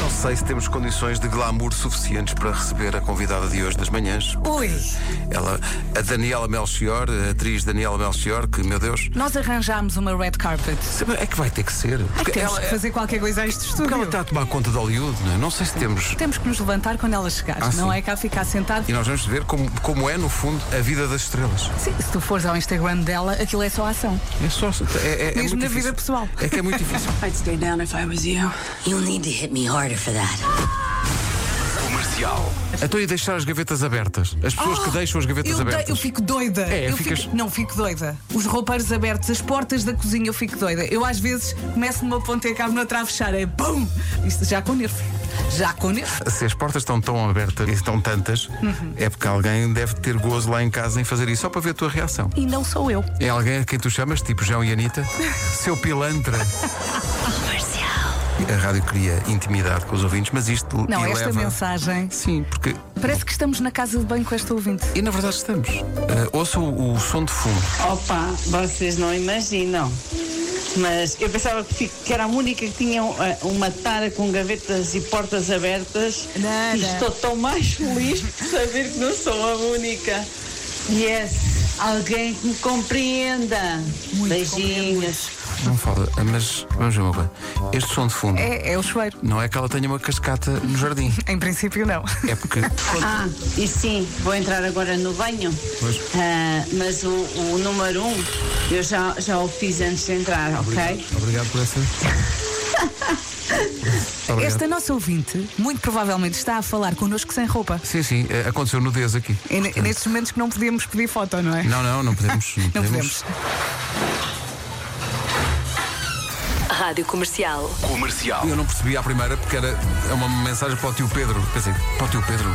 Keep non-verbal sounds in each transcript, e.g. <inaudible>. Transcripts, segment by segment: Não sei se temos condições de glamour suficientes para receber a convidada de hoje das manhãs. Ui, Ela, a Daniela Melchior, a atriz Daniela Melchior, que, meu Deus, nós arranjámos uma red carpet. sabe- é que vai ter que ser. Porque Temos ela, é, que fazer qualquer coisa a este porque ela estúdio. está a tomar conta de Hollywood, não é? Não sei se temos. tá- Temos que nos levantar quando ela chegar. Ah, não sim. é cá ficar sentado. E nós vamos ver como, como é, no fundo, a vida das estrelas. Sim, se tu fores ao Instagram dela, aquilo é só ação. É só. É, é, é muito Mesmo na difícil. vida pessoal. É que é muito <laughs> difícil. I'd stay down if I was you. You'll need to hit me harder for that. Então, e deixar as gavetas abertas? As pessoas que deixam as gavetas Ah, eu, abertas. dei- eu fico doida. É, eu ficas- fico, não, fico doida. Os roupeiros abertos, as portas da cozinha, eu fico doida. Eu às vezes começo numa ponta e acabo noutra a fechar. É BUM! Isto já com nervo. Já com nervo. Se as portas estão tão abertas e estão tantas, Uhum. é porque alguém deve ter gozo lá em casa em fazer isso, só para ver a tua reação. E não sou eu. É alguém a quem tu chamas, tipo João e <laughs> Anitta? Seu pilantra. A rádio cria intimidade com os ouvintes, mas isto Não, eleva... esta mensagem. Sim, porque... Parece que estamos na casa de banho com esta ouvinte. E na verdade estamos. Eh, ouça o, o som de fundo. Opa, vocês não imaginam. Mas eu pensava que, fi- que era a única que tinha uh, uma tara com gavetas e portas abertas. Nada. E estou tão mais feliz por saber que não sou a única. Yes, alguém que me compreenda. Beijinhos. Não fala, eh, mas vamos ver uma coisa. Este som de fundo, É, é o chuveiro. não é que ela tenha uma cascata no jardim. Em princípio, não. É <laughs> porque... Ah, e sim, vou entrar agora no banho. Pois. Ah, mas o, o número um, eu já, já o fiz antes de entrar, ok? Obrigado por <laughs> essa... Obrigado. Esta nossa ouvinte, muito provavelmente, está a falar connosco sem roupa. Sim, sim, eh, aconteceu nudez aqui. É ne- nestes momentos que não podíamos pedir foto, não é? Não, não, não podemos. Não, Não podemos. Rádio Comercial. Eu não percebi à primeira porque era é uma mensagem para o tio Pedro. Pensei, para o tio Pedro.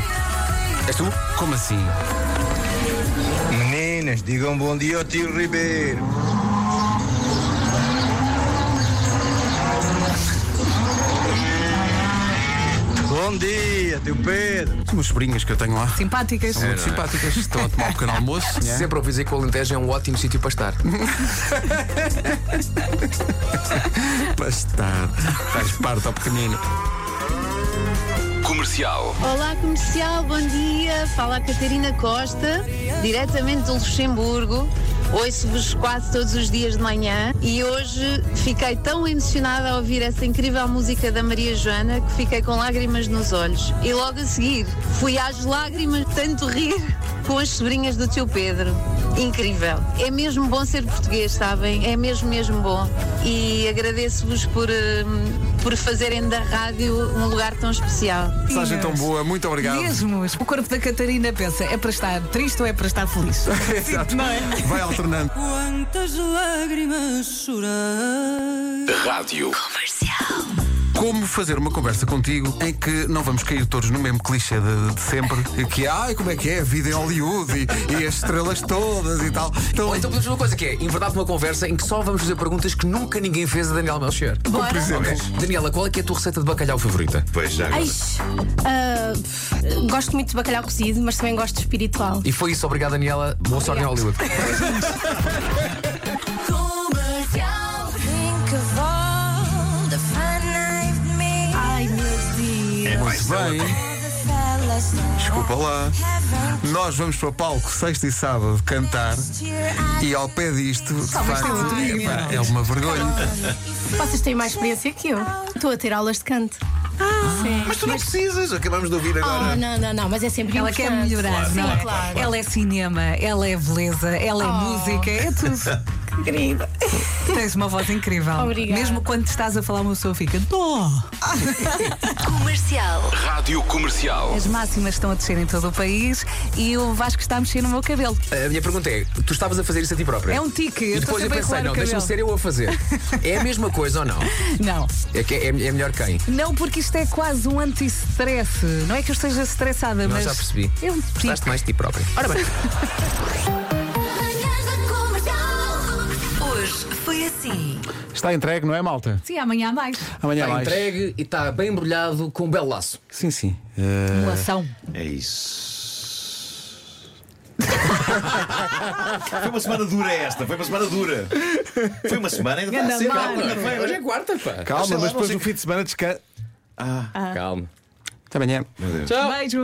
És tu? Como assim? Meninas, digam bom dia ao tio Ribeiro. Bom dia, tio Pedro. São umas sobrinhas que eu tenho lá. Simpáticas. São muito simpáticas. Estão a tomar um pequeno <laughs> almoço. Sempre ouvi dizer que o Alentejo é um ótimo sítio <laughs> para estar. para estar. Faz parte ao pequenino. Olá comercial, bom dia. Fala a Catarina Costa, diretamente do Luxemburgo. Ouço-vos quase todos os dias de manhã e hoje fiquei tão emocionada a ouvir essa incrível música da Maria Joana que fiquei com lágrimas nos olhos. E logo a seguir fui às lágrimas de tanto rir com as sobrinhas do tio Pedro. Incrível. É mesmo bom ser português, sabem? É mesmo, mesmo bom. E agradeço-vos por, hum, por fazerem da rádio um lugar tão especial. Mensagem tão boa. Muito obrigado. <laughs> Mesmo, o corpo da Catarina pensa: é para estar triste ou é para estar feliz? Exato. Não é? Vai alternando. Quantas lágrimas chorei. Como fazer uma conversa contigo em que não vamos cair todos no mesmo clichê de, de sempre? Que ai, como é que é a vida em Hollywood e, e as estrelas todas e tal. Então, Ou então podemos fazer uma coisa que é, em verdade, uma conversa em que só vamos fazer perguntas que nunca ninguém fez a Daniela Melchior. Bora. por exemplo, Ok. Daniela, qual é que é a tua receita de bacalhau favorita? Pois já. Ai, ah, pff, gosto muito de bacalhau cozido, mas também gosto de espiritual. E foi isso, obrigado Daniela. Boa sorte em Hollywood. Ai, meu Deus. muito bem. Desculpa lá. Nós vamos para o palco sexta e sábado cantar e ao pé disto, de facto, epá, é uma vergonha. Vocês têm mais experiência que eu. Estou a ter aulas de canto. Mas tu não precisas, acabamos de ouvir Oh, agora. não, não, não, mas é sempre Ela quer importante. melhorar, Sim, não é? claro. Oh. Ela é cinema, ela é beleza, ela é música, é tudo. <laughs> Querida. Tens uma voz incrível. Obrigada. Mesmo quando estás a falar, uma pessoa fica. <laughs> Dó! Comercial. As máximas estão a descer em todo o país e o Vasco está a mexer no meu cabelo. A minha pergunta é, tu estavas a fazer isso a ti própria? É um tique, eu E estou depois eu sempre a pensei, enrolar não, o cabelo. deixa-me ser eu a fazer. É a mesma coisa ou não? Não. É, que é, é melhor quem? Não, porque isto é quase um anti-stress. Não é que eu esteja estressada, Não, mas. já percebi. É um tique. Gostaste mais de ti própria. Ora bem. Hoje foi assim. Está entregue, não é, malta? Sim, amanhã há mais. Amanhã Está entregue e está bem embrulhado com um belo laço. Sim, sim. Eh, Uma ação. É isso. Foi uma semana dura esta, foi uma semana dura. Foi uma semana ainda está a ser. Ganda Mário. Calma, foi, hoje é quarta, pá. Calma, mas depois o fim de semana descansa. Ah, Calma. Até amanhã. meu Deus. Beijo!